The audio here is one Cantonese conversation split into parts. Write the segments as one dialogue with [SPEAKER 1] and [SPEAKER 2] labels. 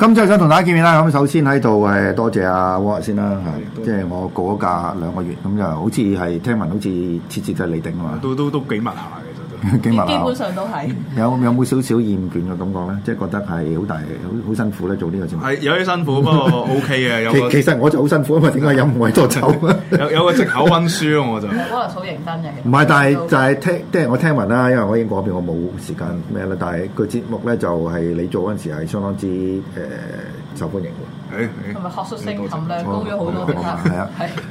[SPEAKER 1] 今朝想同大家見面啦，咁首先喺度誒多謝阿 w a 先
[SPEAKER 2] 嗯
[SPEAKER 1] 啦，係即係我告咗假兩個月，咁就好似係聽聞好似設置就係你定啊嘛，
[SPEAKER 2] 都都都幾密下嘅，其實 都。
[SPEAKER 1] 幾密啊！
[SPEAKER 3] 上都係。
[SPEAKER 1] 有有冇少少厭倦嘅感覺咧？即係覺得係好大好好辛苦咧，做呢個節目。
[SPEAKER 2] 係有啲辛苦，不過 O K 嘅，有啊
[SPEAKER 1] 其
[SPEAKER 2] 個
[SPEAKER 1] 其實我就好辛苦，因為點解飲唔係多酒？ 唔
[SPEAKER 2] 有有個藉口温書啊我就。
[SPEAKER 3] 可能好認真嘅。
[SPEAKER 1] 係，但係就係聽，即係我聽聞啦，因為我英國嗰邊我冇時間咩啦，但係個節目咧就係你做嗰陣時係相當之誒、呃受歡迎嘅。
[SPEAKER 3] 同
[SPEAKER 2] 同
[SPEAKER 3] 埋學術性含量高咗好多，其實
[SPEAKER 1] 係啊，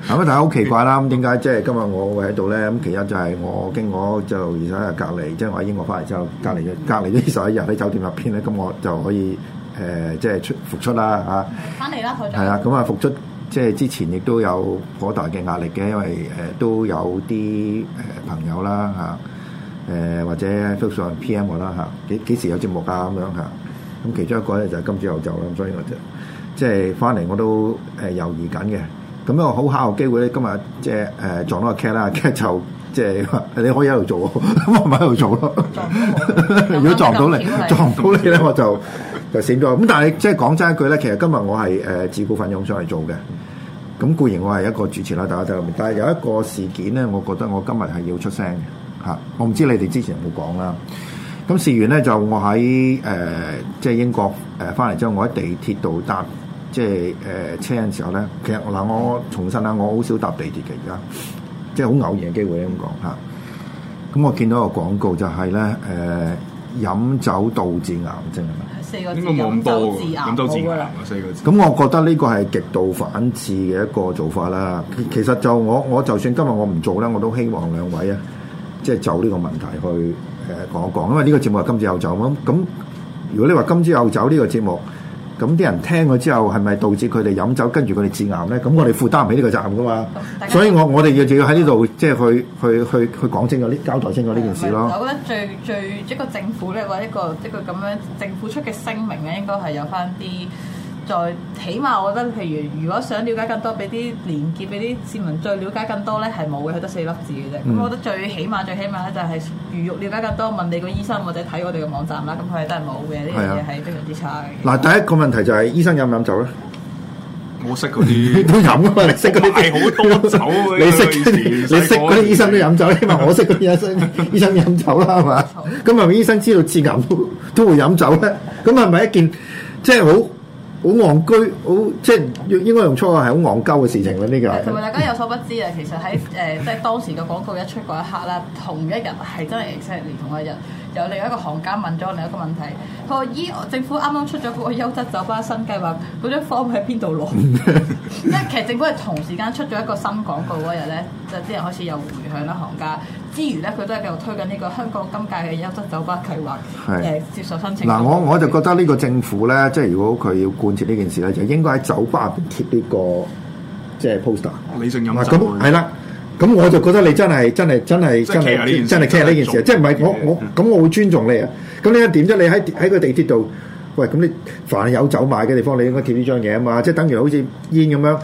[SPEAKER 1] 咁啊，但係好奇怪啦。咁點解即係今日我會喺度咧？咁其一就係我經過就二十一日隔離，即係我喺英國翻嚟之後隔離嘅隔離咗二十一日喺酒店入邊咧，咁我就可以誒、呃即係出復出啦啊嚇。
[SPEAKER 3] 翻嚟啦，台
[SPEAKER 1] 係啦，咁啊復出即係之前亦都有頗大嘅壓力嘅，因為誒、呃都有啲誒、呃朋友啦嚇，誒、呃或者 Facebook 上 PM 我啦嚇，幾幾時有節目啊咁樣嚇，咁其中一個咧就係今朝有就啦，咁所以我就即係翻嚟我都誒猶豫緊嘅。咁一個好巧嘅機會咧，今日即係誒撞到阿 Cat 啦，Cat 就即係 話你可以喺度做喎，咁我咪喺度做咯。如果撞到你，撞唔到你咧，我就就閃咗。咁但係即係講真一句咧，其實今日我係誒自告奮勇上嚟做嘅。咁固然我係一個主持啦，大家睇到面。但係有一個事件咧，我覺得我今日係要出聲嘅嚇。我唔知你哋之前有冇講啦。咁事完咧就我喺誒、呃即係英國誒翻嚟之後，我喺地鐵度搭即係誒、呃、車嘅時候咧，其實嗱我重申啦，我好少搭地鐵嘅而家，即係好偶然嘅機會咧咁講嚇。咁我見到個廣告就係咧誒飲酒導致癌症啊嘛。
[SPEAKER 3] 四個字
[SPEAKER 2] 應該冇咁多喎，咁多字
[SPEAKER 3] 冇㗎
[SPEAKER 2] 眼
[SPEAKER 3] 啦
[SPEAKER 2] 啊四個字。
[SPEAKER 1] 咁我覺得呢個係極度反智嘅一個做法啦。其其實就我我就算今日我唔做咧，我都希望兩位啊，即係就呢個問題去誒、呃、講一講，因為呢個節目係今朝有酒咁。咁如果你話今朝有酒呢個節目，咁啲人聽咗之後係咪導致佢哋飲酒，跟住佢哋致癌咧？咁我哋負擔唔起呢個責任噶嘛
[SPEAKER 3] 咁大。家
[SPEAKER 1] 所以我我哋要就要喺呢度即係去去去去講清楚呢交代清楚呢件事咯。
[SPEAKER 3] 我覺得最最一個政府咧，或者一個一個咁樣政府出嘅聲明咧，應該係有翻啲再起碼，我覺得譬如如果想了解更多，俾啲連結俾啲市民再了解更多咧，係冇嘅，佢得四粒字嘅啫。咁、
[SPEAKER 1] 嗯
[SPEAKER 3] 我覺得最起碼最起碼咧就係如欲了解更多，問你個醫生或者睇我哋嘅網站啦。咁佢係真係冇嘅，呢樣嘢係非常之差嘅。
[SPEAKER 1] 嗱，第一個問題就係啊醫生飲唔飲酒咧？
[SPEAKER 2] 我識嗰 啲。
[SPEAKER 1] 都飲啊嘛，你識嗰
[SPEAKER 2] 買好多酒啊
[SPEAKER 1] 啲，你識嗰啲
[SPEAKER 2] 以前
[SPEAKER 1] 你識嗰啲醫生都飲酒，起碼我識嗰啲醫 生醫生飲酒啦，係嘛？咁係咪醫生知道致癌都都會飲酒咧？咁係咪一件即係好好戇居好即係應該用粗口係好戇鳩嘅事情咧？呢
[SPEAKER 3] 同
[SPEAKER 1] 個
[SPEAKER 3] 埋大家有所不知啊，其實喺誒、呃即係當時個廣告一出嗰一刻啦，同一日係真係 exactly 同一日，有另一個行家問咗我另一個問題，佢話：咦，我政府啱啱出咗嗰個優質酒吧新計劃，嗰張 form 喺邊度 攞？因為其實政府係同時間出咗一個新廣告嗰日咧，就啲人開始有回響啦，行家。之餘咧，佢都係繼續推緊呢個香港今屆嘅優質酒吧計劃，誒、
[SPEAKER 1] 係
[SPEAKER 3] 接受申請。
[SPEAKER 1] 嗱，我我就覺得呢個政府咧，即係如果佢要貫徹呢件事咧，就應該喺酒吧入邊貼呢個即係 poster。
[SPEAKER 2] 理性飲
[SPEAKER 1] 嗱
[SPEAKER 2] 酒
[SPEAKER 1] 咁係啦，咁我就覺得你真係真係真係
[SPEAKER 2] 即係
[SPEAKER 1] 真
[SPEAKER 2] care 呢
[SPEAKER 1] 係
[SPEAKER 2] 件事
[SPEAKER 1] 真係嗯 care 呢件事，即
[SPEAKER 2] 真
[SPEAKER 1] 係
[SPEAKER 2] 係
[SPEAKER 1] 唔係我
[SPEAKER 2] 做
[SPEAKER 1] 我咁我會尊重你啊。咁你一點啫？你喺喺個地鐵度，喂咁你凡係有酒賣嘅地方，你應該貼呢張嘢啊嘛。即係等於好似煙咁樣，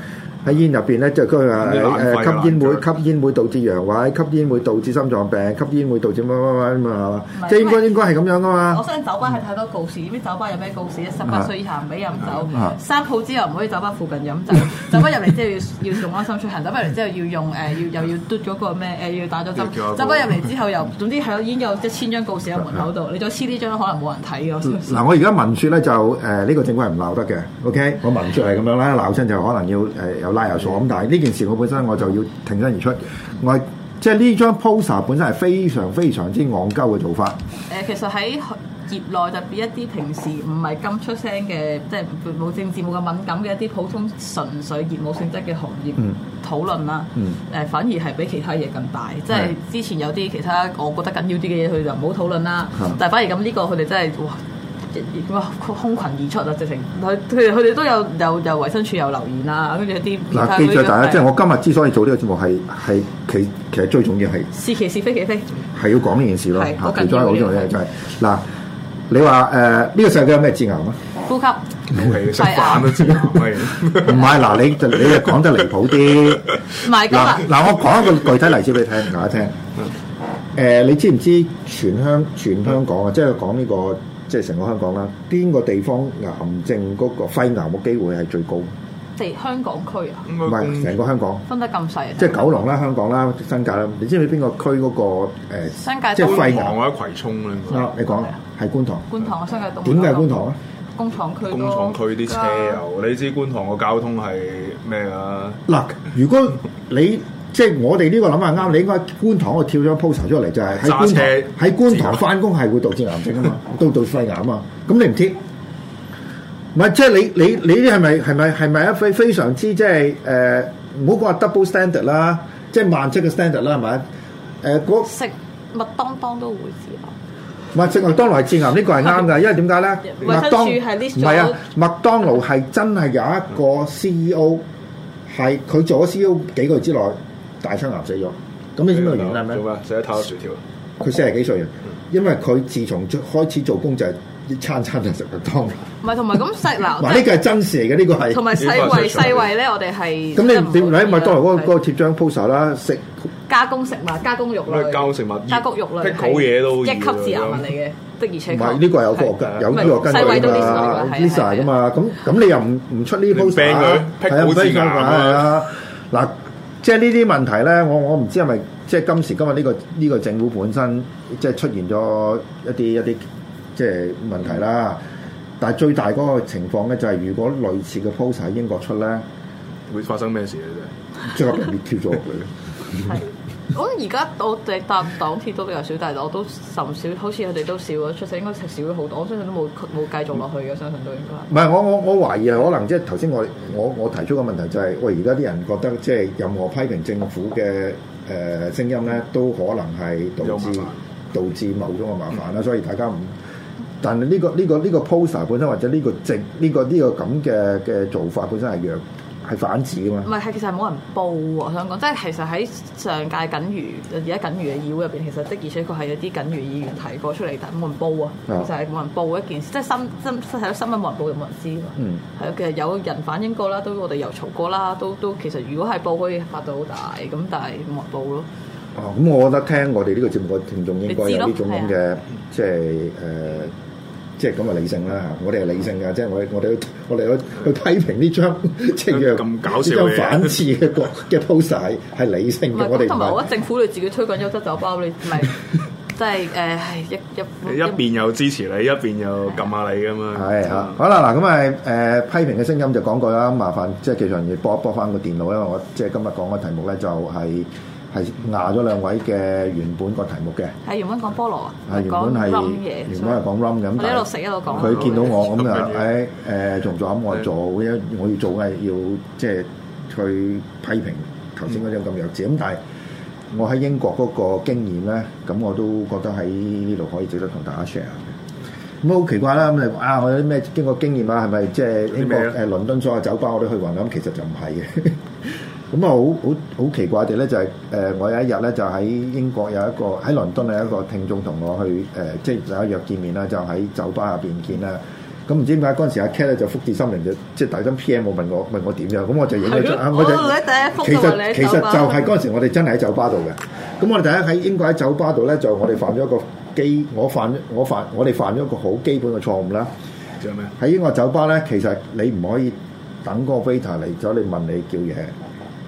[SPEAKER 1] 喺煙入邊咧，即係佢話啊
[SPEAKER 2] 咁啲冷
[SPEAKER 1] 誒
[SPEAKER 2] 肺
[SPEAKER 1] 吸煙
[SPEAKER 2] 冷
[SPEAKER 1] 會
[SPEAKER 2] 卻
[SPEAKER 1] 吸煙會導致陽痿，吸煙會導致心臟病，吸煙會導致乜乜乜咁啊嘛
[SPEAKER 4] 唔，係
[SPEAKER 1] 即係應該
[SPEAKER 4] 因為
[SPEAKER 1] 應該係咁樣噶嘛
[SPEAKER 4] 我。相信酒吧係太多告示，知唔知酒吧有咩告示咧？十八歲以下唔俾飲酒
[SPEAKER 1] 啊，
[SPEAKER 4] 三鋪之後唔可以酒吧附近飲酒，酒吧入嚟之後要要用安心出行，酒吧入嚟之後要用誒、呃要又要嘟咗個咩誒、呃要打咗針，
[SPEAKER 2] 要叫阿哥
[SPEAKER 4] 酒吧入嚟之後又總之係已經有一千張告示喺門口度，你再黐呢張可能冇人睇嘅，我相信
[SPEAKER 1] 嗱，我而家文説咧就呃誒呢、個政府係唔鬧得嘅，OK？我文説係咁樣啦，鬧親就可能要誒、有拉又鎖咁，但係呢件事我本身我就要挺身而出，我係即係呢張 poster 本身係非常非常之戇鳩嘅做法，
[SPEAKER 4] 誒其實喺業內特別一啲平時唔係咁出聲嘅，即係冇政治冇咁敏感嘅一啲普通純粹業務性質嘅行業
[SPEAKER 1] 嗯
[SPEAKER 4] 討論啦，誒、
[SPEAKER 1] 嗯
[SPEAKER 4] 反而係比其他嘢更大。即係之前有啲其他我覺得緊要啲嘅嘢，佢就唔好討論啦
[SPEAKER 1] 嗯。
[SPEAKER 4] 但係反而咁呢個佢哋真係哇！哇！空群而出啊！直情
[SPEAKER 1] 嗯
[SPEAKER 4] 佢佢佢哋都有有有衞生署有留言啦，跟住一啲其他
[SPEAKER 1] 嗱，記
[SPEAKER 4] 嗰
[SPEAKER 1] 住
[SPEAKER 4] 啲
[SPEAKER 1] 大家，
[SPEAKER 4] 係
[SPEAKER 1] 即係我今日之所以做呢個節目係係其其實最重要係。
[SPEAKER 4] 是其是非其非，
[SPEAKER 1] 係要講呢件事咯
[SPEAKER 4] 係，
[SPEAKER 1] 嚇
[SPEAKER 4] 好緊要
[SPEAKER 1] 其中一個好重要嘅就係嗱，你話誒呢個世界有咩致癌啊？
[SPEAKER 4] 呼吸
[SPEAKER 2] 冇氣食飯都知啊，係
[SPEAKER 1] 唔係嗱，你就你就講得離譜啲。
[SPEAKER 4] 唔係今
[SPEAKER 1] 嗱
[SPEAKER 4] 日
[SPEAKER 1] 嗱，我講一個具體例子俾你聽，大家聽。誒，你知唔知全香全香港啊？即係講呢個即係成個香港啦，邊個地方癌症嗰個肺癌嘅機會係最高？唔
[SPEAKER 4] 地香港區啊，
[SPEAKER 2] 應該
[SPEAKER 1] 係成個香港。
[SPEAKER 4] 分得咁細啊，
[SPEAKER 1] 即係九龍啦、香港啦、新界啦，你知唔知邊個區嗰、個、誒
[SPEAKER 4] 新界
[SPEAKER 1] 即係
[SPEAKER 4] 東
[SPEAKER 1] 肺
[SPEAKER 2] 觀塘
[SPEAKER 1] 癌？
[SPEAKER 2] 或者葵涌啦，應該
[SPEAKER 1] 啊你講係觀塘，
[SPEAKER 4] 觀塘啊，新界東。
[SPEAKER 1] 點解係觀塘啊？
[SPEAKER 4] 工廠區咯。
[SPEAKER 2] 工廠區啲車又，你知觀塘個交通係咩啊？
[SPEAKER 1] 嗱，如果你即係我哋呢個諗法啱，你應該觀塘我跳咗 poster 出嚟，就係喺
[SPEAKER 2] 揸
[SPEAKER 1] 觀
[SPEAKER 2] 車
[SPEAKER 1] 塘喺觀塘
[SPEAKER 2] 自由
[SPEAKER 1] 翻工係會導致癌症啊嘛，到到肺癌啊嘛，咁你唔貼？唔係即係你你你呢啲係咪係咪係咪啊一非非常之即係誒唔好講話 double standard 啦，即係萬尺嘅 standard 啦，係咪？誒嗰
[SPEAKER 4] 食麥當當都會致癌。
[SPEAKER 1] 麥食麥當勞係致癌呢個係啱㗎，因為點解咧？
[SPEAKER 4] 啊衛
[SPEAKER 1] 麥
[SPEAKER 4] 生
[SPEAKER 1] 當
[SPEAKER 4] 署係 list
[SPEAKER 1] 唔
[SPEAKER 4] 咗
[SPEAKER 1] 係啊，麥當勞係真係有一個 CEO 係佢做咗 CEO 幾個月之內大腸癌死咗。咁你知唔知個原因係啊咩
[SPEAKER 2] 做？咩？食得太多薯條。
[SPEAKER 1] 佢四十幾歲人，因為佢自從開始做工就係一餐餐就食麥當勞。
[SPEAKER 4] 唔係同埋咁細
[SPEAKER 1] 嗱，呢
[SPEAKER 4] 嗱，
[SPEAKER 1] 個係真事嚟嘅，呢個
[SPEAKER 4] 啊同
[SPEAKER 1] 係。
[SPEAKER 4] 埋世
[SPEAKER 2] 呢個係
[SPEAKER 4] 衛
[SPEAKER 2] 最
[SPEAKER 4] 世
[SPEAKER 2] 常
[SPEAKER 4] 衛咧，我哋係
[SPEAKER 1] 咁你唔點
[SPEAKER 4] 真係
[SPEAKER 1] 喺
[SPEAKER 4] 會
[SPEAKER 1] 麥當勞嗰個嗰個
[SPEAKER 4] 係
[SPEAKER 1] 貼張 poster 啦，食
[SPEAKER 4] 加工食物、加工肉類、
[SPEAKER 2] 加工食物
[SPEAKER 4] 加工肉類
[SPEAKER 2] 剔好嘢都
[SPEAKER 4] 一
[SPEAKER 2] 要啊
[SPEAKER 4] 級啊致癌物嚟嘅，的而且
[SPEAKER 1] 唔
[SPEAKER 4] 確
[SPEAKER 1] 係呢個係有科學
[SPEAKER 2] 係
[SPEAKER 1] 㗎，有
[SPEAKER 4] 唔係
[SPEAKER 1] 呢個根
[SPEAKER 4] 世衛
[SPEAKER 1] 據
[SPEAKER 4] 都
[SPEAKER 1] 㗎
[SPEAKER 4] list 咗㗎
[SPEAKER 1] 嘛
[SPEAKER 4] 係啊
[SPEAKER 1] ，list 晒㗎嘛。咁咁你又唔唔出呢啲
[SPEAKER 2] 你
[SPEAKER 1] poster，
[SPEAKER 2] ban
[SPEAKER 1] 係
[SPEAKER 2] 佢 pick
[SPEAKER 1] 啊
[SPEAKER 2] 好字
[SPEAKER 1] ，ban 佢
[SPEAKER 2] 眼
[SPEAKER 1] 係啊。嗱，即係呢啲問題咧，我我唔知係咪即係今時今日呢個呢個政府本身即係出現咗一啲一啲即係問題啦。但係最大嗰個情況咧，就係如果類似嘅 poster 喺英國出咧，
[SPEAKER 2] 會發生咩事咧？
[SPEAKER 1] 即刻俾人跳咗落去。
[SPEAKER 4] 係。咁而家我哋搭港鐵都比較少，但係我都甚少，好似佢哋都少咗出世，應該食少咗好多。我相信都冇冇繼續落去嘅，相信都應
[SPEAKER 1] 唔
[SPEAKER 4] 該係。
[SPEAKER 1] 係我我我懷疑係可能即係頭先我我我提出個問題就係、喂而家啲人覺得即係任何批評政府嘅誒、呃、聲音咧，都可能係導
[SPEAKER 2] 有麻
[SPEAKER 1] 致
[SPEAKER 2] 煩
[SPEAKER 1] 導致某種嘅麻煩啦，所以大家唔。但係呢、個呢、個呢、個 poster 本身或者呢個政呢、個呢、個咁嘅嘅做法本身係弱係反智噶嘛
[SPEAKER 4] 唔。係，係其實係冇人報喎。我想講，即係其實喺上屆僅餘而家僅餘嘅議會入邊，其實的而且確係有啲僅餘議員提過出嚟，但係冇人報啊。
[SPEAKER 1] 啊
[SPEAKER 4] 其實係冇人報一件事，即係新新新係咯新聞冇人報，就冇人知嘛。
[SPEAKER 1] 嗯
[SPEAKER 4] 係啊，其實有人反映過啦，都我哋又嘈過啦，都都其實如果係報可以發到好大，咁但係冇人報咯。
[SPEAKER 1] 哦，咁我覺得聽我哋呢個節目嘅聽眾應該有呢種
[SPEAKER 4] 你
[SPEAKER 1] 咁
[SPEAKER 4] 知啊
[SPEAKER 1] 嘅即係誒。呃即係咁嘅理性啦嚇，我哋係理性㗎，即係我哋我哋我哋去去批評呢張 即係
[SPEAKER 2] 咁搞笑
[SPEAKER 1] 呢
[SPEAKER 2] 嘅
[SPEAKER 1] 張
[SPEAKER 2] 嘢
[SPEAKER 1] 反智嘅國嘅 poster 係係理性
[SPEAKER 4] 唔
[SPEAKER 1] 嘅，我哋
[SPEAKER 4] 係，
[SPEAKER 1] 唔
[SPEAKER 4] 同埋我
[SPEAKER 1] 係
[SPEAKER 4] 覺得政府你自己推廣優質酒包，你 咪即係誒係一一
[SPEAKER 2] 一邊又支持你，一邊又撳下你咁嘛。
[SPEAKER 1] 係嚇。好啦嗱，咁咪誒批評嘅聲音就講過啦，麻煩即係技術人員播一播翻個電腦，因為我即係今日講嘅題目咧就係係壓咗兩位嘅原本個題目嘅。
[SPEAKER 4] 係原本講菠蘿啊，
[SPEAKER 1] 係原本係
[SPEAKER 4] 講 rum 嘢，
[SPEAKER 1] 原本係講 rum 咁，
[SPEAKER 4] 我哋一路食一路講
[SPEAKER 1] 佢見到我咁
[SPEAKER 2] 咁
[SPEAKER 1] 就
[SPEAKER 2] 樣
[SPEAKER 1] 誒誒做唔做咁我
[SPEAKER 2] 嗯
[SPEAKER 1] 做，因為我要做係要即係去批評頭先嗰種咁弱智。咁但係我喺英國嗰個經驗咧，咁我都覺得喺呢度可以值得同大家 share 嘅。咁好奇怪啦！咁你話啊，我有啲咩經過經驗啊？係咪即係英國
[SPEAKER 2] 有啲咩啊
[SPEAKER 1] 誒倫敦所有酒吧我都去混咁？其實就唔係嘅。咁啊，好好好奇怪地咧，就係、誒，我有一日咧就喺英國有一個喺倫敦有一個聽眾同我去誒、即係有一約見面啦，就喺酒吧入邊見啦。咁唔知點解嗰陣時阿 Cat 咧就福至心靈就即係大登 PM 我問我問我點樣，咁我就影咗張，
[SPEAKER 4] 係咯
[SPEAKER 1] 啊我
[SPEAKER 4] 我喺第一
[SPEAKER 1] 就
[SPEAKER 4] 幅就
[SPEAKER 1] 其
[SPEAKER 4] 話你
[SPEAKER 1] 實
[SPEAKER 4] 喺
[SPEAKER 1] 其實
[SPEAKER 4] 酒吧
[SPEAKER 1] 就係嗰陣時我哋真係喺酒吧度嘅。咁我哋第一喺英國喺酒吧度咧，就我哋犯咗一個基，我犯我犯我哋犯咗一個好基本嘅錯誤啦。
[SPEAKER 2] 仲有咩？
[SPEAKER 1] 喺英國酒吧咧，其實你唔可以等個 waiter 嚟咗，你問你叫嘢，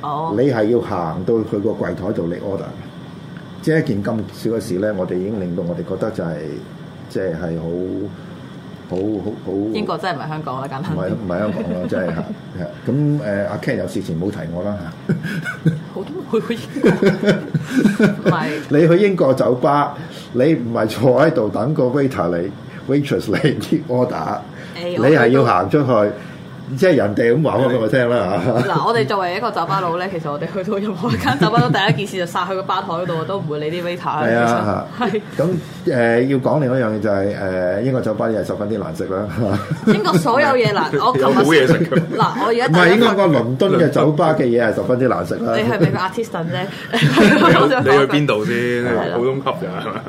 [SPEAKER 4] 哦，
[SPEAKER 1] 你係要行到佢個櫃台度嚟 order 嘅。即係一件咁少嘅事咧，我哋已經令到我哋覺得就係、即係係好好好好
[SPEAKER 4] 英國真係唔係香港啦，啊簡單
[SPEAKER 1] 唔係啊
[SPEAKER 4] 啲。
[SPEAKER 1] 唔係香港 咯，真係嚇嚇咁誒，阿 Ken 有事前冇提我啦嚇。
[SPEAKER 4] 好多去英國，唔係
[SPEAKER 1] 你去英國酒吧，你唔係坐喺度等個 waiter 嚟 waitress 嚟 keep order，
[SPEAKER 4] 誒
[SPEAKER 1] 你
[SPEAKER 4] 我
[SPEAKER 1] 係要行出去，即係人哋咁話俾我聽啦嚇。
[SPEAKER 4] 嗱，我哋作為一個酒吧佬咧，其實我哋去到任何一間酒吧都第一件事就殺去個吧台嗰度，都唔會理啲 waiter。
[SPEAKER 1] 係啊
[SPEAKER 4] 其實係
[SPEAKER 1] 咁誒、要講另一樣嘢就係、誒、英國酒吧又係十分之難食 啦。
[SPEAKER 4] 英國所有嘢嗱， 我
[SPEAKER 2] 有冇
[SPEAKER 4] 琴
[SPEAKER 2] 嘢
[SPEAKER 4] 日
[SPEAKER 2] 食㗎
[SPEAKER 4] 嗱，我而家
[SPEAKER 1] 啊唔
[SPEAKER 4] 第一
[SPEAKER 1] 係應該講倫敦嘅酒吧嘅嘢係十分之難食啦。
[SPEAKER 4] 你係咪個 artist 啊啫？
[SPEAKER 2] 你去
[SPEAKER 4] 我 想
[SPEAKER 2] 你
[SPEAKER 4] 講
[SPEAKER 2] 去邊度
[SPEAKER 4] 係
[SPEAKER 2] 先？
[SPEAKER 4] 啦
[SPEAKER 2] 普通級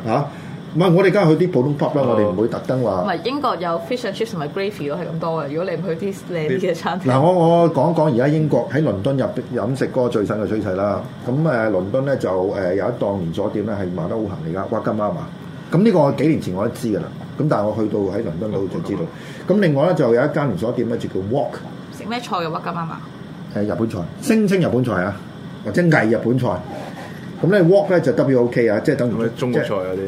[SPEAKER 2] 咋？
[SPEAKER 1] 嚇？唔係我哋而家去啲普通 pub 啦，我哋唔會特登話
[SPEAKER 4] 唔。係英國有 fish and chips 同埋 gravy 咯，係咁多嘅。如果你唔去啲靚啲嘅餐廳，
[SPEAKER 1] 嗱，我我講講而家英國喺倫敦入飲食嗰個最新嘅趨勢啦。咁誒，倫敦咧就誒有一檔連鎖店咧係賣得好行嚟㗎，哇金媽嘛。咁呢個我幾年前我都知㗎啦。咁但係我去到喺倫敦嗰度就知道。咁另外咧就有一間連鎖店咧就叫 Walk，
[SPEAKER 4] 食咩菜嘅屈咁啱啊？
[SPEAKER 1] 誒日本菜，聲稱日本菜啊，或者偽日本菜。咁咧 Walk 咧就 W O K 啊，即係等
[SPEAKER 2] 咁
[SPEAKER 1] 於
[SPEAKER 2] 咧中國菜嗰啲，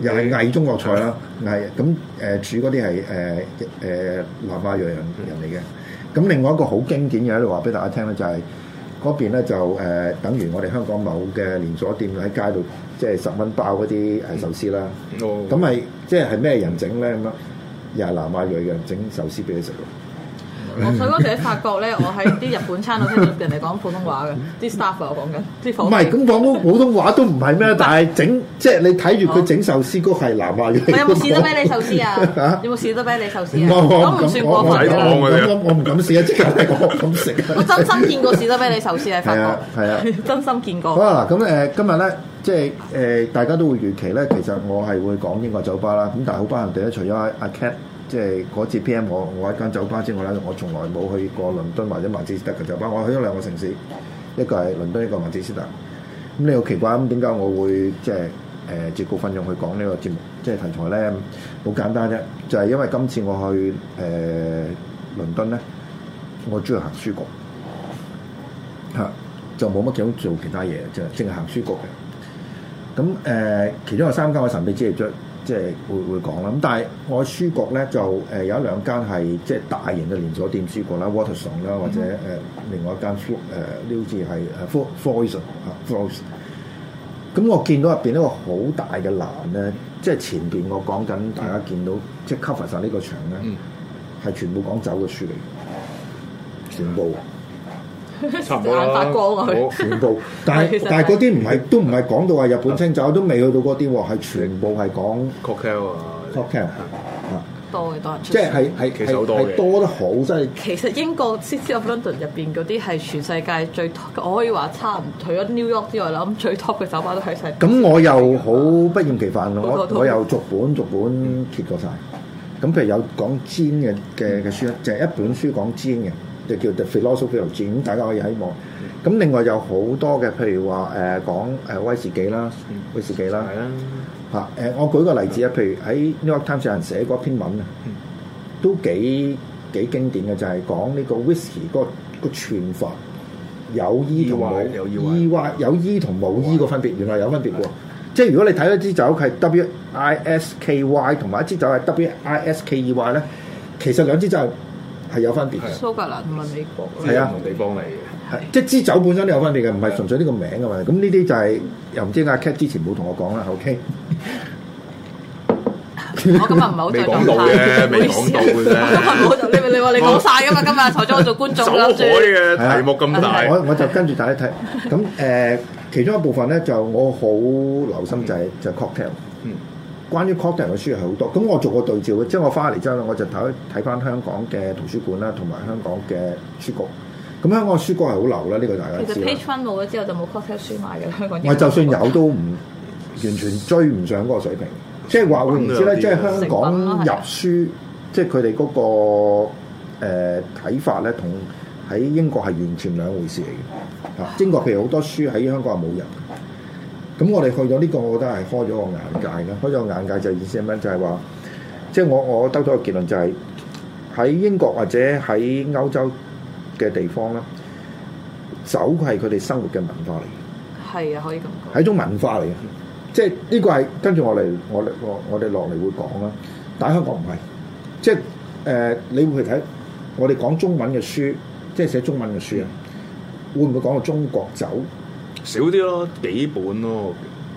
[SPEAKER 1] 又係偽中國菜啦，偽咁誒煮嗰啲係誒誒南亞裔人人嚟嘅。咁另外一個好經典嘅喺度話俾大家聽咧，就係、嗰邊咧就誒、呃等於我哋香港某嘅連鎖店喺街度，即係十蚊包嗰啲誒壽司啦。
[SPEAKER 2] 哦
[SPEAKER 1] 咁係即係係咩人整咧咁樣？又係南亞裔嘅人整壽司俾你食喎。
[SPEAKER 4] 我所以嗰時喺法國咧，我喺啲日本餐度聽到人哋講普通話嘅，啲 staff 啊我講緊，啲
[SPEAKER 1] 唔
[SPEAKER 4] 房
[SPEAKER 1] 係咁講普通話都唔係咩，但係整即係你睇住佢整壽司嗰個係南亞裔。
[SPEAKER 4] 哦你有冇士多啤梨壽司啊
[SPEAKER 1] 嚇？
[SPEAKER 4] 有冇士多啤梨壽司啊？
[SPEAKER 1] 我
[SPEAKER 4] 咁唔算
[SPEAKER 1] 我
[SPEAKER 4] 過
[SPEAKER 1] 唔
[SPEAKER 4] 分
[SPEAKER 1] 敢
[SPEAKER 4] 㗎
[SPEAKER 2] 我
[SPEAKER 4] 啦。
[SPEAKER 1] 我唔敢我唔敢試啊！即係我唔敢食啊！
[SPEAKER 4] 我真心見過士多啤梨壽司喺法
[SPEAKER 1] 係啊
[SPEAKER 4] 國，
[SPEAKER 1] 係啊
[SPEAKER 4] 真心見
[SPEAKER 1] 好
[SPEAKER 4] 過。
[SPEAKER 1] 啦，嗱咁誒，今日咧，即係誒、呃大家都會預期咧，其實我係會講英國酒吧啦。咁但係好不幸地咧，除咗阿阿 Cat 即係嗰次 PM 我我喺間酒吧之外咧，我從來冇去過倫敦或者曼徹斯特嘅酒吧。我去咗兩個城市，一個係倫敦，一個曼徹斯特。咁你好奇怪咁點解我會即係呃誒節高分用去講呢個節目即係題材咧？好簡單啫，就係、因為今次我去誒、呃倫敦咧，我中意行書局。嚇，就冇乜幾好做其他嘢，就淨係行書局嘅。咁誒、呃其中有三間我神秘之夜將即係會會講啦。咁但係我書局咧就誒、呃有一兩間係即係大型嘅連鎖店書局啦，Waterstone 啦，或者誒、呃另外一間 Flo- 誒呢好似係誒 Floyd 啊 Floyd。咁我見到入邊一個好大嘅欄咧，即係前邊我講緊大家見到即係 cover 晒呢個場咧，
[SPEAKER 2] 嗯
[SPEAKER 1] 係、全部講酒嘅書嚟嘅，全部。
[SPEAKER 2] 差唔多啦。
[SPEAKER 4] 眼發光啊佢
[SPEAKER 2] 好
[SPEAKER 1] 全部，但
[SPEAKER 4] 其
[SPEAKER 1] 係
[SPEAKER 4] 實
[SPEAKER 1] 但係嗰啲唔係都唔係講到話日本清酒，都未去到嗰啲喎，係全部係講
[SPEAKER 2] cocktail 啊，
[SPEAKER 1] cocktail 啊，
[SPEAKER 4] 多嘅多人出
[SPEAKER 1] 即係係係
[SPEAKER 2] 其實好
[SPEAKER 1] 係
[SPEAKER 2] 多嘅
[SPEAKER 1] 係多得好，真係
[SPEAKER 4] 其實英國 City of London 入邊嗰啲係全世界最 top，我可以話差唔除咗 New York 之外啦，咁最 top 嘅酒吧都喺 晒。
[SPEAKER 1] 咁我又好不厭其煩，
[SPEAKER 4] 好
[SPEAKER 1] 我
[SPEAKER 4] 多
[SPEAKER 1] 我又逐本逐本揭過晒。咁譬如有講 gin 嘅嘅嘅書咧，就係一本書講 gin 嘅，就叫 The Philosophy of Gin，咁大家可以喺網。咁另外有好多嘅，譬如話誒講誒威士忌啦，威士忌啦。
[SPEAKER 2] 係啊啦，
[SPEAKER 1] 嚇誒、我舉個例子啊，譬如喺 New York Times 有人寫嗰篇文啊，都幾幾經典嘅，就係、講呢個 whisky 嗰、個串法有 E 同冇
[SPEAKER 2] 有
[SPEAKER 1] E Y 有 E 同冇 E 個分別，原來有分別喎。即係如果你睇一支酒係 W I S K Y 同埋一支酒係 W I S K E Y 咧，其實兩支酒係係有分別嘅。
[SPEAKER 4] 蘇格蘭同埋美 國，
[SPEAKER 2] 係
[SPEAKER 1] 係啊
[SPEAKER 2] 啊，唔同地方嚟嘅，
[SPEAKER 1] 係即係支酒本身都有分別嘅，唔係純粹呢個名啊㗎嘛。咁呢啲就係、又唔知阿 Cat 之前冇同我講啦，OK。
[SPEAKER 4] 我今日唔係好
[SPEAKER 2] 未
[SPEAKER 4] 對
[SPEAKER 2] 講到嘅，未講到嘅啫。
[SPEAKER 4] 到嘅。你你話你講晒噶嘛？今日坐咗我做觀眾
[SPEAKER 2] 走
[SPEAKER 4] 啦
[SPEAKER 2] 海，啊嘅
[SPEAKER 1] 啊
[SPEAKER 2] 題目咁大，
[SPEAKER 1] 我我就跟住大家睇。咁誒、呃其中一部分咧就我好留心就係、就係 cocktail。
[SPEAKER 2] 嗯。
[SPEAKER 1] 關於 cocktail 嘅書係好多，咁我做過對照嘅，即係我翻嚟之後咧，我就睇睇翻香港嘅圖書館啦，同埋香港嘅書局。咁香港書局係好流啦，呢、個大
[SPEAKER 4] 其
[SPEAKER 1] 家知
[SPEAKER 4] 實
[SPEAKER 1] 啦。
[SPEAKER 4] Page One 冇咗之後就冇 cocktail 書賣 嘅啦，香港。
[SPEAKER 1] 我就算有都唔完全追唔上嗰個水平，即係話換言之咧，
[SPEAKER 2] 咁都有啲
[SPEAKER 1] 即係香
[SPEAKER 4] 成品
[SPEAKER 1] 港
[SPEAKER 4] 咯
[SPEAKER 1] 入
[SPEAKER 4] 係
[SPEAKER 1] 書即係佢哋嗰個誒睇、法咧，同喺英國係完全兩回事嚟嘅。啊，英國譬如好多書喺香港係冇人。咁我哋去咗呢個，我覺得係開咗個眼界啦。開咗個眼界就意思係咩？就係話，即係我我得到個結論就係、喺英國或者喺歐洲嘅地方咧，酒係佢哋生活嘅文化嚟嘅。
[SPEAKER 4] 係啊，可以咁講。
[SPEAKER 1] 係一種文化嚟嘅，即係呢個係跟住我嚟，我哋我我哋落嚟會講啦。但係香港唔係，即係誒、呃你會去睇我哋講中文嘅書，即係寫中文嘅書啊，會唔會講到中國酒？
[SPEAKER 2] 少啲咯，幾本咯，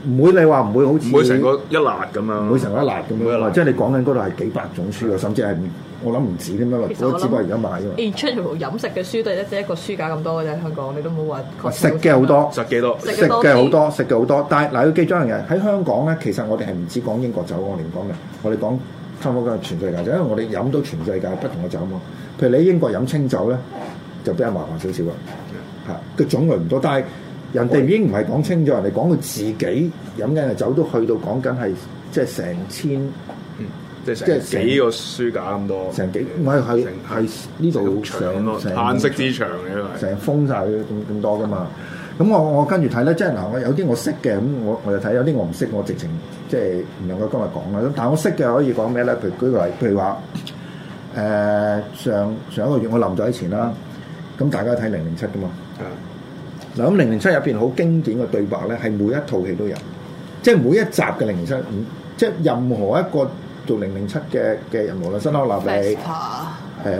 [SPEAKER 1] 唔會你話唔會好似
[SPEAKER 2] 唔會成個一辣咁樣，
[SPEAKER 1] 唔會成個一辣咁
[SPEAKER 2] 唔會一
[SPEAKER 1] 樣
[SPEAKER 2] 辣
[SPEAKER 1] 啊！即係你講緊嗰度係幾百種書啊，甚至係唔我諗唔止添啦，
[SPEAKER 4] 其實
[SPEAKER 1] 我
[SPEAKER 4] 我
[SPEAKER 1] 只不過而家買啫嘛
[SPEAKER 4] In general 飲食嘅書都係一一個書架咁多嘅啫，香港你都冇話。
[SPEAKER 1] 啊。食嘅好多，
[SPEAKER 2] 實幾多？
[SPEAKER 4] 食
[SPEAKER 1] 食
[SPEAKER 4] 嘅多
[SPEAKER 1] 嘅好
[SPEAKER 4] 啲
[SPEAKER 1] 多，食嘅好多。但係嗱，要記住一樣嘢，喺香港咧，其實我哋係唔止講英國酒，我哋唔講嘅，我哋講差唔多講全世界酒，因為我哋飲到全世界不同嘅酒嘛。譬如你喺英國飲清酒咧，就比較麻煩少少啦，嚇嘅種類唔多，但係人哋已經唔係講清酒，人哋講佢自己飲緊嘅酒都去到講緊係即係成千
[SPEAKER 2] 嗯即係
[SPEAKER 1] 即係
[SPEAKER 2] 成
[SPEAKER 1] 成
[SPEAKER 2] 幾個書架咁多，
[SPEAKER 1] 成幾，唔係係
[SPEAKER 2] 成
[SPEAKER 1] 係呢度
[SPEAKER 2] 成長
[SPEAKER 1] 成
[SPEAKER 2] 咯，
[SPEAKER 1] 成
[SPEAKER 2] 嘆息之長嘅因為
[SPEAKER 1] 成日封晒佢咁咁多噶嘛。咁我我跟住睇咧，即係嗱，我有啲我識嘅，咁我我就睇；有啲我唔識，我直情即係唔能夠今日講啦。咁但係我識嘅可以講咩咧？譬如舉個例，譬如話誒、上上一個月我臨走之前啦，咁大家睇零零七噶嘛。
[SPEAKER 2] 啊
[SPEAKER 1] 嗱咁零零七入邊好經典嘅對白咧，係每一套戲都有，即係每一集嘅零零七，嗯即係任何一個做零零七嘅嘅人，無論新歐立利，誒、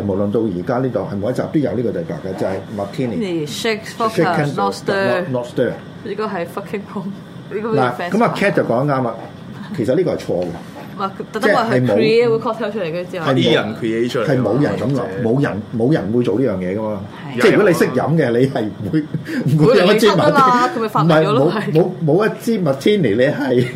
[SPEAKER 1] 無論到而家呢度係每一集都有呢個對白嘅，就係、Martini。
[SPEAKER 4] 你 shake
[SPEAKER 1] Shaken
[SPEAKER 4] focus not stir，
[SPEAKER 1] not stir。
[SPEAKER 4] 呢個係 fucking home，呢個
[SPEAKER 1] 嗱，咁啊 Cat 就講得啱啦。其實呢個係錯嘅，
[SPEAKER 4] 話特登話
[SPEAKER 1] 即
[SPEAKER 4] 佢
[SPEAKER 1] 係係冇
[SPEAKER 4] create 會 cocktail 出嚟嘅之後，
[SPEAKER 1] 係
[SPEAKER 2] 啲人 create 出嚟，
[SPEAKER 1] 係冇人咁諗，冇人冇人會做呢樣嘢噶嘛。
[SPEAKER 4] 係
[SPEAKER 1] 即係如果你識飲嘅，你係 唔會唔會
[SPEAKER 4] 會
[SPEAKER 1] 有一支
[SPEAKER 4] 嚟得㗎
[SPEAKER 1] Martini
[SPEAKER 4] 啦佢咪發明咗咯
[SPEAKER 1] 唔係冇冇冇一支 Martini，你係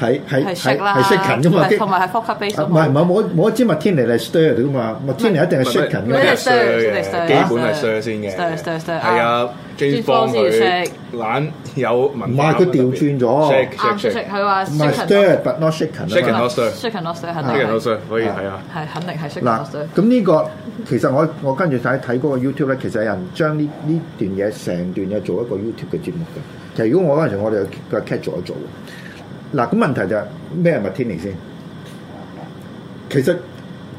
[SPEAKER 1] 係係
[SPEAKER 4] 係食
[SPEAKER 1] 係
[SPEAKER 4] 啦，
[SPEAKER 1] 係 shaken 噶嘛？啲
[SPEAKER 4] 同埋係 focus
[SPEAKER 1] 啊
[SPEAKER 4] base
[SPEAKER 1] 唔係唔係冇冇一支 Martini 你係 stir 嚟噶嘛？Martini 一定係 shaken
[SPEAKER 2] 唔
[SPEAKER 1] 噶
[SPEAKER 2] 係
[SPEAKER 1] 嘛
[SPEAKER 2] 係？
[SPEAKER 4] stir，
[SPEAKER 2] 嘅
[SPEAKER 4] 即係 stir，
[SPEAKER 2] 基本係
[SPEAKER 4] 啊
[SPEAKER 2] share 先嘅
[SPEAKER 4] stir，stir，stir，
[SPEAKER 2] 係啊
[SPEAKER 4] 啊
[SPEAKER 2] ，James
[SPEAKER 4] James
[SPEAKER 2] Bond
[SPEAKER 4] Bond 先
[SPEAKER 2] 佢
[SPEAKER 4] shake
[SPEAKER 2] 懶有文
[SPEAKER 1] 唔
[SPEAKER 2] 化
[SPEAKER 1] 係
[SPEAKER 2] 特別，
[SPEAKER 1] 佢調轉咗
[SPEAKER 2] shake
[SPEAKER 4] 啱
[SPEAKER 2] shake
[SPEAKER 4] 食
[SPEAKER 2] shake
[SPEAKER 4] 佢話
[SPEAKER 1] 唔係
[SPEAKER 4] shaken
[SPEAKER 1] stir but not shaken 啊
[SPEAKER 2] Shaken
[SPEAKER 1] 嘛
[SPEAKER 2] not stir
[SPEAKER 4] shaken not stir 肯
[SPEAKER 2] shake
[SPEAKER 4] 定
[SPEAKER 2] and
[SPEAKER 4] 係
[SPEAKER 2] also 可以係啊，
[SPEAKER 4] 係肯定係 shaken
[SPEAKER 1] 嗱
[SPEAKER 4] not stir，，
[SPEAKER 1] 咁呢個其實我我跟住睇睇嗰個 YouTube 咧，其實有人將呢呢段嘢成段嘢做一個 YouTube 嘅節目嘅。其實如果我嗰陣時我哋個 cat 做一做嘅，嗱咁問題就係咩係 Martini 先？其實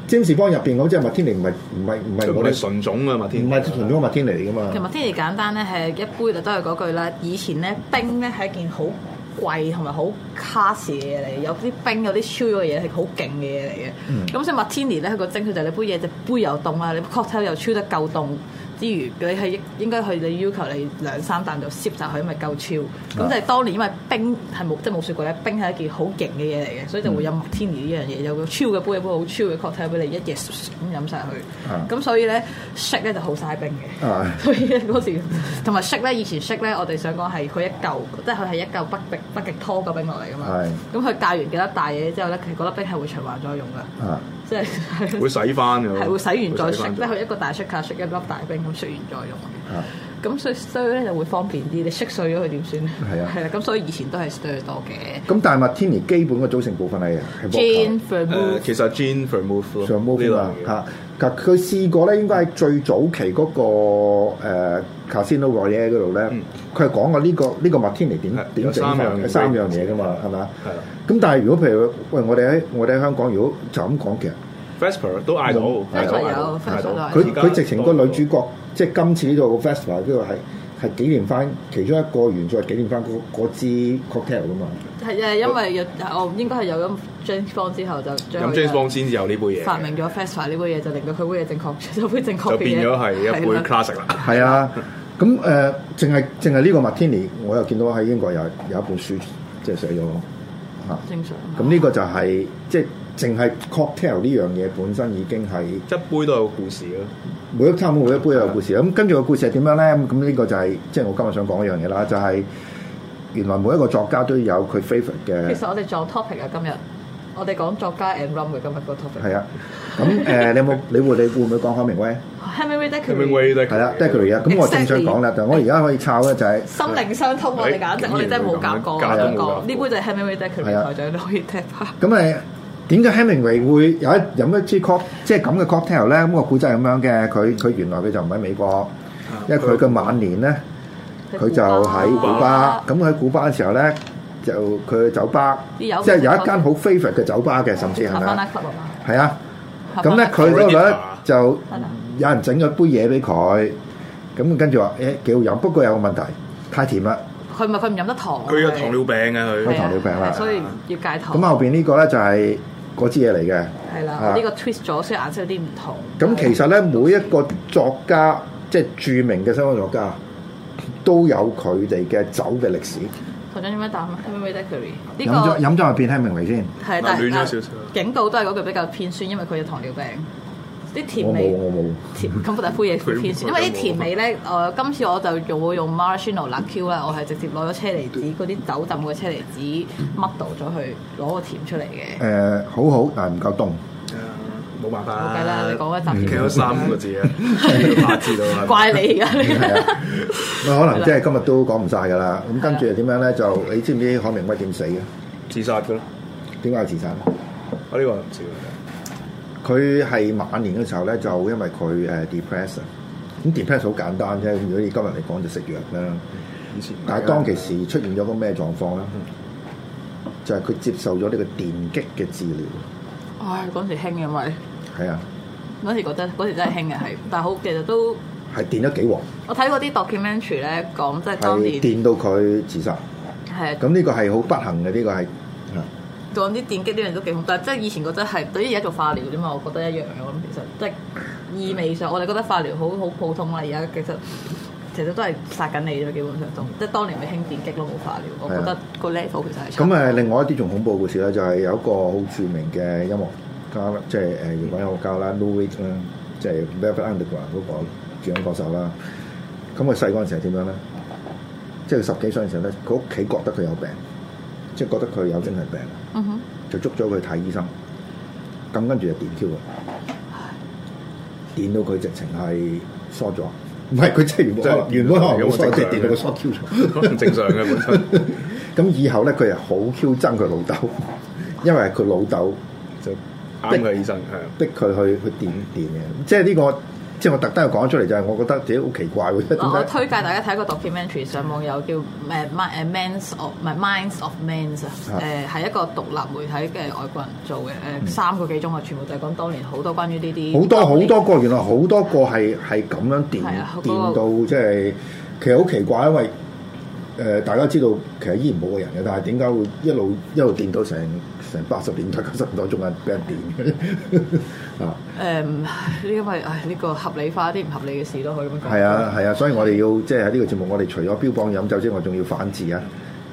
[SPEAKER 1] 占士邦入邊嗰只 Martini 唔係唔係唔
[SPEAKER 2] 佢
[SPEAKER 1] 係
[SPEAKER 2] 唔
[SPEAKER 1] 我
[SPEAKER 2] 係
[SPEAKER 1] 哋
[SPEAKER 2] 純種啊嘛，天
[SPEAKER 1] 唔係純種嘅 Martini 嚟噶
[SPEAKER 4] 其實
[SPEAKER 1] 嘛？
[SPEAKER 4] 天然簡單咧係一杯就都係嗰句啦。以前咧冰咧係一件好貴同埋好 class 嘅嘢嚟，有啲冰有啲超嘅嘢係好勁嘅嘢
[SPEAKER 1] 嗯
[SPEAKER 4] 嚟嘅。咁、所以 Martini 咧佢個精髓就係你杯嘢隻杯又凍啦，你 cocktail 又超得夠凍之餘，你係應應該去你要求你兩三啖就攝晒佢，咪夠超。咁就係當年因為冰係冇即係冇雪櫃咧，冰係一件好勁嘅嘢嚟嘅，所以就會
[SPEAKER 1] 嗯
[SPEAKER 4] 有 Martini 呢樣嘢，有個超嘅杯，有杯好超嘅 cocktail 俾你一夜咁飲晒
[SPEAKER 1] 啊
[SPEAKER 4] 佢。咁所以咧 shake 咧就好嘥冰嘅。
[SPEAKER 1] 啊，
[SPEAKER 4] 所以咧嗰時 同埋 shake 咧，以前 shake 咧，我哋想講係佢一嚿，即係佢係一嚿北極北極拖嘅冰落嚟噶嘛。
[SPEAKER 1] 係
[SPEAKER 4] 咁佢教完幾粒大嘢之後咧，其實嗰粒冰係會循環再用噶，
[SPEAKER 1] 啊，
[SPEAKER 4] 即係
[SPEAKER 2] 會洗翻嘅，
[SPEAKER 4] 係會洗完再 shake，即係
[SPEAKER 2] 翻
[SPEAKER 4] 佢一個大 shake 卡 shake 一粒大冰咁 shake 完再用。
[SPEAKER 1] 啊
[SPEAKER 4] 咁所以 stir 咧就會方便啲，你 shake 碎咗佢點算咧？
[SPEAKER 1] 係啊
[SPEAKER 4] 係啦，咁所以以前都係 stir 多嘅。
[SPEAKER 1] 咁但係 Martini 基本嘅組成部分係係 vodka
[SPEAKER 4] gin vermouth
[SPEAKER 2] 誒，其實 Gene Vermouth
[SPEAKER 1] 上 m o
[SPEAKER 2] 咯，呢
[SPEAKER 1] v 啊
[SPEAKER 2] 兩樣嘢
[SPEAKER 1] 嚇。嗱，佢試過咧，應該係最早期嗰、個、呃、Casino Royale 嗰度咧
[SPEAKER 2] 嗯，
[SPEAKER 1] 佢係講過呢、個呢、個 Martini 點
[SPEAKER 2] 係
[SPEAKER 1] 點
[SPEAKER 2] 有
[SPEAKER 1] 整
[SPEAKER 2] 三
[SPEAKER 1] 法
[SPEAKER 2] 樣
[SPEAKER 1] 有
[SPEAKER 2] 嘢
[SPEAKER 1] 三樣嘢噶嘛，係咪啊
[SPEAKER 2] 係啦
[SPEAKER 1] 咁但係如果譬如喂，我哋喺我哋喺香港，如果就咁講，其實
[SPEAKER 2] Vesper 都嗌到嗌到，啊
[SPEAKER 4] Vesper
[SPEAKER 2] 嗌
[SPEAKER 4] 有
[SPEAKER 2] 到
[SPEAKER 4] Vesper
[SPEAKER 2] 嗌
[SPEAKER 4] 都
[SPEAKER 2] 到
[SPEAKER 4] 嗌到
[SPEAKER 1] 佢佢直情個女主角，即係今次呢度個 Festival 呢度係係紀念翻其中一個元素係紀念翻嗰嗰支 cocktail 噶嘛。
[SPEAKER 4] 係啊，因為有我應該係有咁 James Bond 之後就將
[SPEAKER 2] 飲
[SPEAKER 4] 佢
[SPEAKER 2] James Bond 先至有呢杯嘢嘅，
[SPEAKER 4] 發明咗
[SPEAKER 1] 啊
[SPEAKER 4] Festa 呢杯嘢，就令到佢杯嘢正確，就杯正確嘅
[SPEAKER 2] 就
[SPEAKER 4] 嘢
[SPEAKER 2] 變咗係一
[SPEAKER 4] 係
[SPEAKER 2] 杯
[SPEAKER 4] 啦
[SPEAKER 2] classic 啦。
[SPEAKER 1] 係啊，咁誒，呃淨係淨係呢個 Martini，我又見到喺英國有有一本書即係寫咗嚇。
[SPEAKER 4] 正常。
[SPEAKER 1] 咁呢個就係、即係淨係 cocktail 呢樣嘢本身已經係
[SPEAKER 2] 一杯都有故事咯，
[SPEAKER 1] 每一餐每一杯都有故事。咁跟住個故事係點樣咧？咁呢個就係、即係我今日想講一樣嘢啦，就係、原來每一個作家都有佢 favorite 嘅
[SPEAKER 4] 其。實我哋撞 topic 啊，今日我哋講作家 and rum 嘅今日個 topic。
[SPEAKER 1] 係啊，咁誒、你有冇你會你會唔會講海明威？
[SPEAKER 4] Henry d e c
[SPEAKER 2] 明
[SPEAKER 4] k e r
[SPEAKER 2] 威都
[SPEAKER 1] 係啦 d e c k 啊，咁我正想講啦，但我而家可以抄咧就係、
[SPEAKER 4] 心靈相通啊，我哋
[SPEAKER 1] 哎
[SPEAKER 4] 簡直我哋真係冇夾過，
[SPEAKER 2] 係
[SPEAKER 4] 我
[SPEAKER 2] 夾
[SPEAKER 4] 想
[SPEAKER 2] 都冇夾過
[SPEAKER 4] 講呢杯就係 Henry d e c k e
[SPEAKER 1] 係啊
[SPEAKER 4] r 台長你可以踢下。
[SPEAKER 1] 咁誒點解 Hemingway 會有一飲一支 cock 即係咁嘅 cocktail 咧？咁個古仔係咁樣嘅，佢佢原來佢就唔喺美國，
[SPEAKER 2] 啊
[SPEAKER 1] 因為佢嘅晚年咧，佢就喺古巴。咁喺古巴嘅時候咧，就佢嘅酒吧，
[SPEAKER 4] 啲
[SPEAKER 1] 即
[SPEAKER 4] 友
[SPEAKER 1] 係有一間好 favourite 嘅酒吧嘅，甚至係咪啊？係啊，咁咧佢嗰度咧
[SPEAKER 2] Florida
[SPEAKER 1] 就有人整咗杯嘢俾佢，咁跟住話誒幾好飲，不過有個問題，太甜啦。
[SPEAKER 4] 佢咪佢唔飲得糖，
[SPEAKER 2] 佢有糖尿病啊
[SPEAKER 1] 有
[SPEAKER 2] 佢。
[SPEAKER 1] 糖尿病啦
[SPEAKER 4] 係所以要戒糖。
[SPEAKER 1] 咁後邊呢個咧就係嗰支嘢嚟嘅。
[SPEAKER 4] 係啦，
[SPEAKER 1] 啊
[SPEAKER 4] 我呢個 twist 咗，所以顏色有啲唔同。
[SPEAKER 1] 咁其實咧，每一個作家，即係著名嘅西方作家，都有佢哋嘅酒嘅歷史。
[SPEAKER 4] 頭先點樣答啊 h e m i l y Daiquiri 呢
[SPEAKER 1] 飲咗
[SPEAKER 4] 個
[SPEAKER 1] 飲咗入邊聽明未先？
[SPEAKER 4] 係
[SPEAKER 2] 嗱暖
[SPEAKER 4] 但
[SPEAKER 2] 咗
[SPEAKER 4] 係
[SPEAKER 2] 少少
[SPEAKER 4] 警告都係嗰句比較偏酸，因為佢有糖尿病。啲
[SPEAKER 1] 我
[SPEAKER 4] 甜
[SPEAKER 1] 冇，啊
[SPEAKER 4] 味
[SPEAKER 1] 我冇。
[SPEAKER 4] 甜咁就灰嘢
[SPEAKER 2] 佢
[SPEAKER 4] 偏酸，
[SPEAKER 2] 佢啊
[SPEAKER 4] 因為啲甜味咧，我今次我就用會用 maraschino 辣 Q 啦，我係直接攞咗車厘子嗰啲酒浸嘅車厘子乜到咗去攞個甜出嚟嘅。
[SPEAKER 1] 誒，好好，但係唔夠凍。
[SPEAKER 2] 啊冇辦法
[SPEAKER 4] 冇計啦你講一集
[SPEAKER 2] 傾咗三個字啊， 要八字到啦。
[SPEAKER 4] 怪你而家。
[SPEAKER 1] 係 啊，咁可能即係今日都講唔晒㗎啦。咁跟住又點樣咧？就你知唔知海明威點死嘅？
[SPEAKER 2] 自殺噶啦，
[SPEAKER 1] 點解要自殺咧？
[SPEAKER 2] 我呢個唔知喎。
[SPEAKER 1] 佢係晚年嘅時候咧，就因為佢誒 depression。咁 depression 好簡單啫，如果你今日嚟講就食藥啦。
[SPEAKER 2] 以前
[SPEAKER 1] 嗯但係啊當其時出現咗個咩狀況咧？就係佢接受咗呢個電擊嘅治療，
[SPEAKER 4] 唉，嗰時興嘅咪，
[SPEAKER 1] 係啊，
[SPEAKER 4] 嗰時覺得嗰時真係興嘅係，但係好其實都
[SPEAKER 1] 係電咗幾鑊，
[SPEAKER 4] 我睇過啲 documentary 咧講，即係當
[SPEAKER 1] 係
[SPEAKER 4] 年
[SPEAKER 1] 電到佢自殺。
[SPEAKER 4] 係
[SPEAKER 1] 咁呢個係好不幸嘅，呢個係啊
[SPEAKER 4] 講啲電擊呢樣都幾恐怖，但係即係以前覺得係對於而家做化療啫嘛，我覺得一樣嘅。我諗其實即係意味上，我哋覺得化療好好普通啦。而家其實其實都係殺緊你啫，基本上都即係當年咪興電擊咯，冇化療。我覺得個 level 其實係差
[SPEAKER 1] 咁啊呃
[SPEAKER 4] 唔
[SPEAKER 1] 誒，
[SPEAKER 4] 多
[SPEAKER 1] 另外一啲仲恐怖嘅故事咧，就係有一個好著名嘅音樂家，即係誒搖滾音樂家啦 l o u i s 啦，即係 Velvet Underground 嗰個主音歌手啦。咁佢細個嗰陣時係點樣咧？即係佢十幾歲嘅時候咧，佢屋企覺得佢有病，即係覺得佢有精神病，
[SPEAKER 4] 嗯哼，
[SPEAKER 1] 就捉咗佢睇醫生。咁跟住就電 Q 佢，電到佢直情係疏咗。唔係佢即係原本可能原本
[SPEAKER 2] 即係
[SPEAKER 1] 可能冇疏，
[SPEAKER 2] 有個
[SPEAKER 1] 即係
[SPEAKER 2] 正常
[SPEAKER 1] 電到佢疏 Q 咗。
[SPEAKER 2] 可能 正常嘅本身
[SPEAKER 1] 咁以後咧，佢係好 Q 憎佢老豆，因為佢老豆
[SPEAKER 2] 就啱嘅醫生係啊
[SPEAKER 1] 逼佢去去電電嘅，即係呢、個即係我特登講出嚟就係，我覺得自己好奇怪喎，點
[SPEAKER 4] 嗱哦我
[SPEAKER 1] 解？
[SPEAKER 4] 推介大家睇個 documentary，上網有叫誒 Mind 誒 Man's of 唔係 Minds of Men's 啊
[SPEAKER 1] 啊嗯
[SPEAKER 4] 誒係一個獨立媒體嘅外國人做嘅誒三個幾鐘啊，全部就係講當年好多關於呢啲
[SPEAKER 1] 好多好
[SPEAKER 4] 當年
[SPEAKER 1] 多個原來好多個係係咁樣電
[SPEAKER 4] 係啊嗰個
[SPEAKER 1] 電到即係其實好奇怪，因為誒、呃大家知道其實醫唔好嘅人嘅，但係點解會一路一路電到成成八十年代九十年代仲係俾人電嘅 啊？
[SPEAKER 4] 誒，呃呢因為唉呢個合理化啲唔合理嘅事都可以咁講。
[SPEAKER 1] 係啊，係啊，所以我哋要即係喺呢個節目，我哋除咗標榜飲酒之外，仲要反智啊！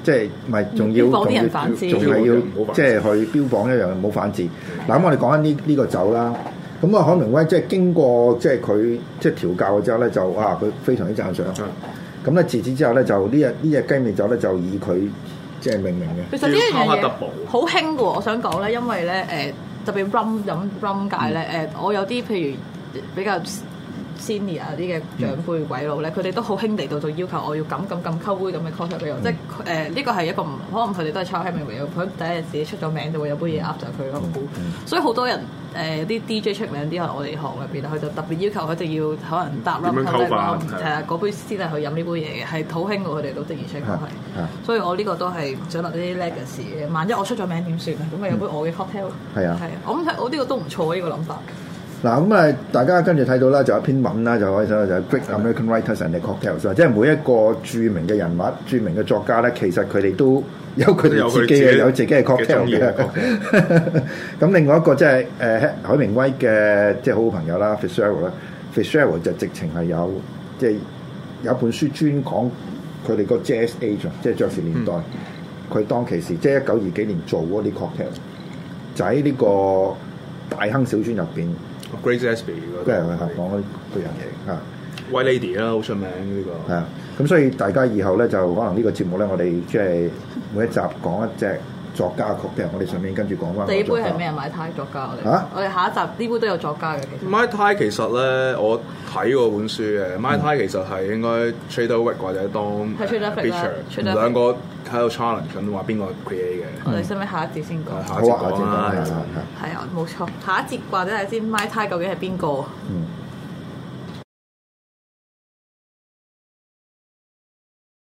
[SPEAKER 1] 即係唔係仲要
[SPEAKER 4] 嗯標榜啲
[SPEAKER 1] 仲要
[SPEAKER 4] 人反智
[SPEAKER 1] 仲係
[SPEAKER 2] 唔
[SPEAKER 1] 要
[SPEAKER 2] 好反
[SPEAKER 1] 即
[SPEAKER 2] 智
[SPEAKER 1] 係去標榜一樣唔好反智。嗱，咁我哋講緊呢呢個酒啦。咁啊，海明威即係經過即係佢即係調教咗之後咧，就啊佢非常之讚賞。咁咧自此之後咧，就呢日呢日雞尾酒咧就以佢即係命名嘅。
[SPEAKER 4] 其實呢一樣
[SPEAKER 2] 要拋
[SPEAKER 4] 嘢
[SPEAKER 2] 下 double
[SPEAKER 4] 好興嘅喎，我想講咧，因為咧誒、特別 rum 飲 rum 界咧誒、我有啲譬如比較 senior 啲嘅長輩嗯鬼佬咧，佢哋都好興地到到要求我要咁咁咁溝杯咁嘅 cocktail 俾我，即係誒呢個係一個唔可能佢哋都係 Charles Hemingway，佢第一日自己出咗名就會有杯嘢噏咗佢咯，我估。所以好多人誒啲、DJ 出名啲，可能我哋行入邊佢就特別要求佢哋要可能搭 rum
[SPEAKER 2] 點樣溝法
[SPEAKER 4] 係
[SPEAKER 2] 係
[SPEAKER 4] 啊嗰杯先係去飲呢杯嘢嘅，係好興過佢哋都的而且確
[SPEAKER 1] 啊
[SPEAKER 4] 係。
[SPEAKER 1] 啊
[SPEAKER 4] 所以我呢個都係想留啲 legacy 嘅。萬一我出咗名點算啊？咁咪有杯我嘅 cocktail。
[SPEAKER 1] 係啊
[SPEAKER 4] 係啊，我諗我呢個都唔錯呢個諗法。
[SPEAKER 1] 嗱咁啊，大家跟住睇到啦，就有一篇文啦，就可以睇到就係 Great American Writers and their Cocktails 啦，即係每一個著名嘅人物、著名嘅作家咧，其實佢哋都有佢哋自己嘅有
[SPEAKER 2] 有佢
[SPEAKER 1] 自
[SPEAKER 2] 自己
[SPEAKER 1] 己嘅 cocktail
[SPEAKER 2] 嘅中意
[SPEAKER 1] 嘅
[SPEAKER 2] 嘅。
[SPEAKER 1] 咁另外一個即係誒海明威嘅即係好好朋友啦 f i t z g e r a l 啦 f i t z g e r a l 就直情係有即係有一本書專講佢哋個 Jazz Age 啊即係爵士年代，佢、當其時即係一九二幾年做嗰啲 cocktail，就喺呢個大亨小村入邊。
[SPEAKER 2] ，Grace Ashby 嗰
[SPEAKER 1] 都係
[SPEAKER 2] 個
[SPEAKER 1] 係啊講嗰嗰樣嘢嚇，
[SPEAKER 2] White Lady 啦，好出名呢
[SPEAKER 1] 係
[SPEAKER 2] 個。
[SPEAKER 1] 啊。咁所以大家以後咧就可能呢個節目咧，我哋即係每一集講一隻作家曲嘅，我哋順便跟住講翻。
[SPEAKER 4] 第一杯係咩？？啊買泰作家我哋，
[SPEAKER 1] 嚇
[SPEAKER 4] 我哋下一集呢杯都有作家嘅，其實
[SPEAKER 2] My Tai 其實咧，我睇過本書嘅。My Tai 其實係應該 Trader Wick 或者當
[SPEAKER 4] 係 Trader Wick 啦
[SPEAKER 2] Beecher
[SPEAKER 4] Trader Wick
[SPEAKER 2] 兩個喺度 challenge 緊話邊個 create 嘅。
[SPEAKER 4] 我哋使唔使下一節先講？
[SPEAKER 2] 係下
[SPEAKER 1] 好
[SPEAKER 2] 一
[SPEAKER 1] 嗯
[SPEAKER 2] 節
[SPEAKER 1] 啊，我
[SPEAKER 2] 講啦
[SPEAKER 1] 知道啦，係係
[SPEAKER 4] 係啊，冇錯。下一節或者係先 My Tai 究竟係邊個？
[SPEAKER 1] 嗯